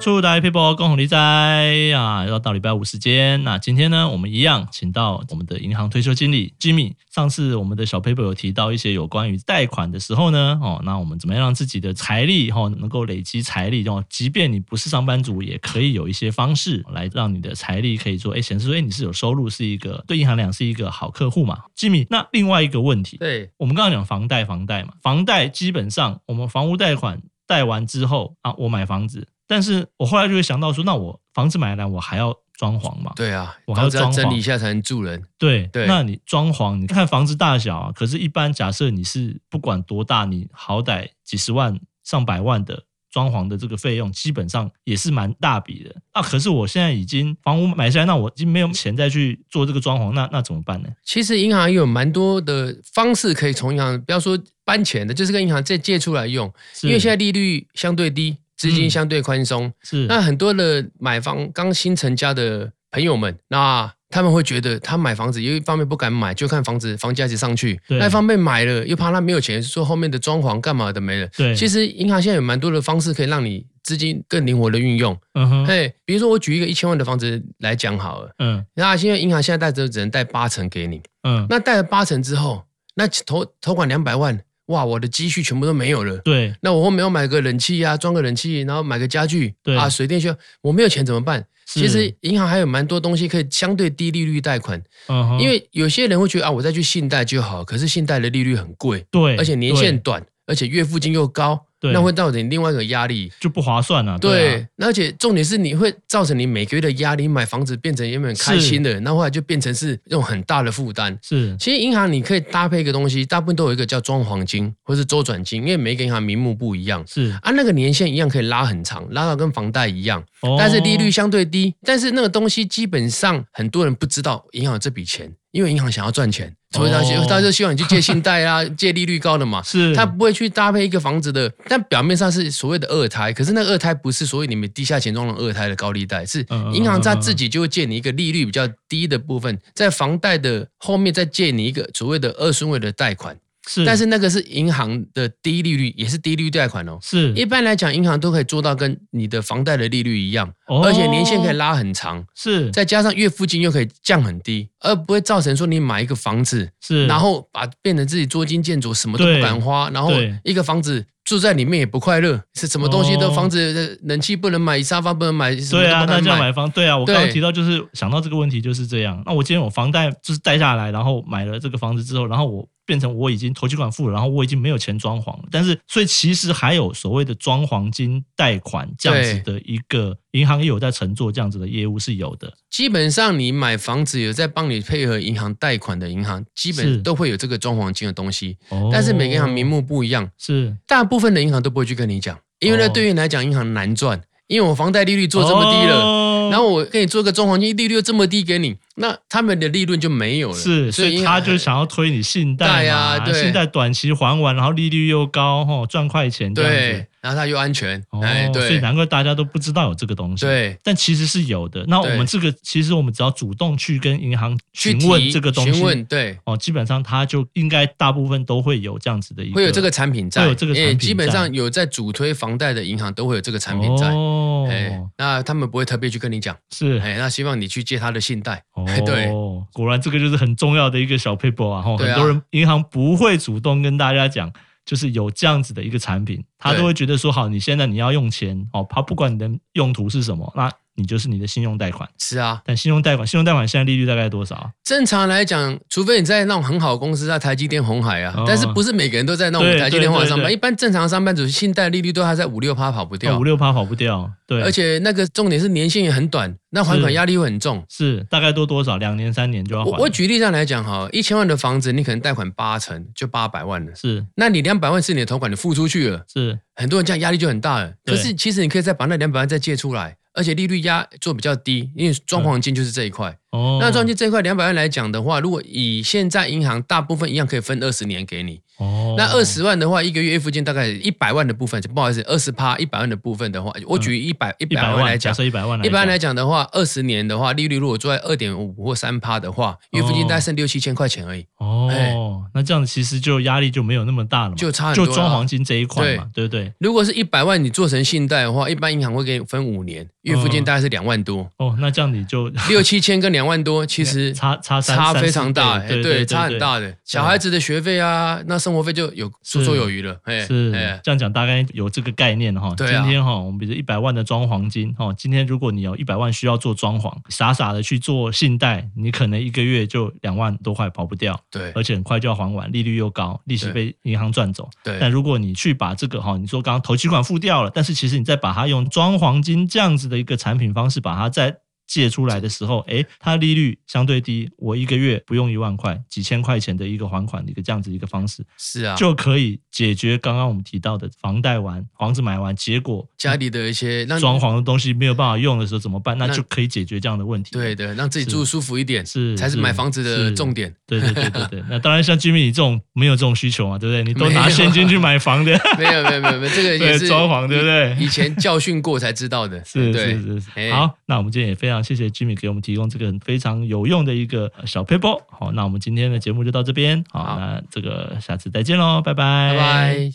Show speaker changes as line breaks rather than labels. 出来 people 共同理财啊，要到礼拜五时间。那今天呢，我们一样请到我们的银行退休经理 Jimmy。上次我们的小 paper 有提到一些有关于贷款的时候呢，哦，那我们怎么样让自己的财力哦能够累积财力哦，即便你不是上班族，也可以有一些方式来让你的财力可以说，哎，显示说，哎，你是有收入，是一个对银行来讲是一个好客户嘛，Jimmy。那另外一个问题，
对，
我们刚刚讲房贷，房贷嘛，房贷基本上我们房屋贷款贷完之后啊，我买房子，但是我后来就会想到说，那我房子买来，我还要装潢嘛？
对啊，
我还要
房子要
装
整
潢
理一下才能住人。
对，
对
那你装潢，你看房子大小啊，可是，一般假设你是不管多大，你好歹几十万、上百万的装潢的这个费用，基本上也是蛮大笔的。那、可是我现在已经房屋买下来，那我已经没有钱再去做这个装潢，那那怎么办呢？
其实银行也有蛮多的方式可以从银行，不要说搬钱的，就是跟银行再借出来用，
是
因为现在利率相对低，资金
嗯
相对宽松，
是
那很多的买房刚新成家的朋友们，那他们会觉得他买房子，有一方面不敢买，就看房子房价一直上去；，
对
那一方面买了又怕他没有钱，说后面的装潢干嘛的没了。
对，
其
实
实银行现在有蛮多的方式可以让你资金更灵活的运用。
嗯哼，
哎、比如说我举一个一千万的房子来讲好了，
嗯
那现在银行现在贷只只能贷八成给你，
嗯，
那贷了八成之后，那投投款两百万，哇，我的积蓄全部都没有了。
对
那我后面要买个冷气啊，装个冷气，然后买个家具，
对
啊，水电需要，我没有钱怎么办？
是
其实银行还有蛮多东西可以相对低利率贷款，
嗯哼，
因为有些人会觉得啊，我再去信贷就好，可是信贷的利率很贵，
对，
而且年限
对
短，而且月付金又高，
对
那会造成另外一个压力。
就不划算了、啊。对啊
对，那而且重点是你会造成你每个月的压力，买房子变成原本开心的，那后来就变成是那种很大的负担。
是
其实银行你可以搭配一个东西，大部分都有一个叫装潢金或是周转金，因为每个银行名目不一样。
是，
啊，那个年限一样可以拉很长，拉到跟房贷一样，
哦
但是利率相对低。但是那个东西基本上很多人不知道银行有这笔钱，因为银行想要赚钱，所以他希
哦
他就希望你去借信贷啊，借利率高的嘛。
是
他不会去搭配一个房子的，但表面上是所谓的二胎，可是那个二胎不是所谓你们地下钱庄的二胎的高利贷，是
嗯嗯
银行它
嗯嗯
自己就会借你一个利率比较低的部分，在房贷的后面再借你一个所谓的二顺位的贷款，
是，
但是那个是银行的低利率，也是低利率贷款哦。
是
一般来讲，银行都可以做到跟你的房贷的利率一样，
哦
而且年限可以拉很长，
是
再加上月付金又可以降很低，而不会造成说你买一个房子，
是，
然后把变成自己捉襟见肘，什么都
对
不敢花，然后
对
一个房子住在里面也不快乐，是什么东西
哦
都房子呃冷气不能买，沙发不能买，什么
对啊，
都
那
不
这
能
样
买
买。房，对啊，我刚刚
对
提到就是想到这个问题就是这样。那我今天我房贷就是贷下来，然后买了这个房子之后，然后我变成我已经头期款付了，然后我已经没有钱装潢了。但是所以其实还有所谓的装潢金贷款这样子的一个银行也有在乘坐这样子的业务是有的，
基本上你买房子有在帮你配合银行贷款的银行，基
是
本都会有这个装潢金的东西，
哦
但是每个银行名目不一样，
是
大部分的银行都不会去跟你讲，因为
哦
呢对于你来讲银行难赚，因为我房贷利率做这么低了。
哦
然后我给你做个装潢金，利率又这么低给你，那他们的利润就没有了。
是，所以
银
他
行呃
就想要推你信贷
贷
嘛，
啊对
信贷短期还完，然后利率又高，吼、赚快钱这样子
对。，然后它又安全，
哦，
哎，
所以
对
难怪大家都不知道有这个东西。
对，
但其实是有的。那我
对
们这个，其实我们只要主动去跟银行
去
询问
提
这个东西，
询问对，
哦，基本上它就应该大部分都会有这样子的一个，
会有这个产品在，
会有这个产
因为
品
基本
在
上有在主推房贷的银行都会有这个产品在，
哦，
哎，那他们不会特别去跟你讲，
是。
哎，那希望你去借他的信贷，
哦，
哎对，
果然这个就是很重要的一个小 paper 啊，吼，
对
很
啊
多人银行不会主动跟大家讲，就是有这样子的一个产品，他
对
都会觉得说，好，你现在你要用钱，哦，他不管你的用途是什么，那你就是你的信用贷款，
是啊，
但信用贷款，信用贷款现在利率大概多少啊？
正常来讲，除非你在那种很好的公司，在台积电、红海啊
哦，
但是不是每个人都在那种
对
台积电、红海上
对对
班，
对
一般正常上班族信贷利率都还在五六趴跑不
哦
掉
五。六趴跑不掉，对，
而且那个重点是年限也很短，那还款
是
压力会很重。
是大概多多少？两年三年就要还
我
了。
我举例上来讲哈，一千万的房子，你可能贷款八成就八百万了，
是
那你两百万是你的头款，你付出去了，
是
很多人这样压力就很大了。
对
可是其实你可以再把那两百万再借出来，而且利率压做比较低，因为装潢金就是这一块。
哦，
那装潢金这一块两百万来讲的话，如果以现在银行大部分一样可以分二十年给你，
哦，
那二十万的话，一个月月付金大概一百万的部分，不好意思，二十趴一百万的部分的话，我举一百一
一
百
百
万
万
来
假
讲。
设一百万来
一
讲，
般来讲的话，二十年的话，利率如果做在二点五或三趴的话，月付金大概剩六七千块钱而已。
哦
哎，
那这样其实就压力就没有那么大了嘛，
就差很
就
多。
装黄。金这一块嘛，对不对？
如果是一百万，你做成信贷的话，一般银行会给你分五年，月付
嗯
金大概是两万多，
哦，那这样你就
六七千跟两 万多，其实
差差三
差
三
非
四
常大，
倍
哎
对对，
对，差很
对。
大的。小孩子的学费啊，那生活费就有绰绰有余了，哎，
是
哎，
这样讲，大概有这个概念哈。今
对啊
天哈，我们比如一百万的装黄金哈，今天如果你有一百万需要做装潢，傻傻的去做信贷，你可能一个月就两万多块跑不掉，
对
而且很快就要还完，利率又高，利息被银行赚走。但
对
如果你去把这个哈，你说刚刚头期款付掉了，但是其实你再把它用装黄金这样子的一个产品方式把它再借出来的时候，诶，它利率相对低，我一个月不用一万块，几千块钱的一个还款的一个这样子一个方式，
是啊，
就可以解决刚刚我们提到的房贷完、房子买完，结果
家里的一些让
装潢的东西没有办法用的时候怎么办？那
那
就可以解决这样的问题。
对的，让自己
是
住得舒服一点，
是
才是
是
买房子的
是
重点。
对对对对对，那当然像 Jimmy 你这种没有这种需求嘛，对不对？你都
没
拿
有
现金去买房 的，
没有没有没有没有，这个也
对
是
装潢对不对
以以前教训过才知道的，
是
对
是是是，
哎
好，那我们今天也非常谢谢 Jimmy 给我们提供这个非常有用的一个呃小 paper。好，那我们今天的节目就到这边，好，
好
那这个下次再见喽，拜拜，
拜拜。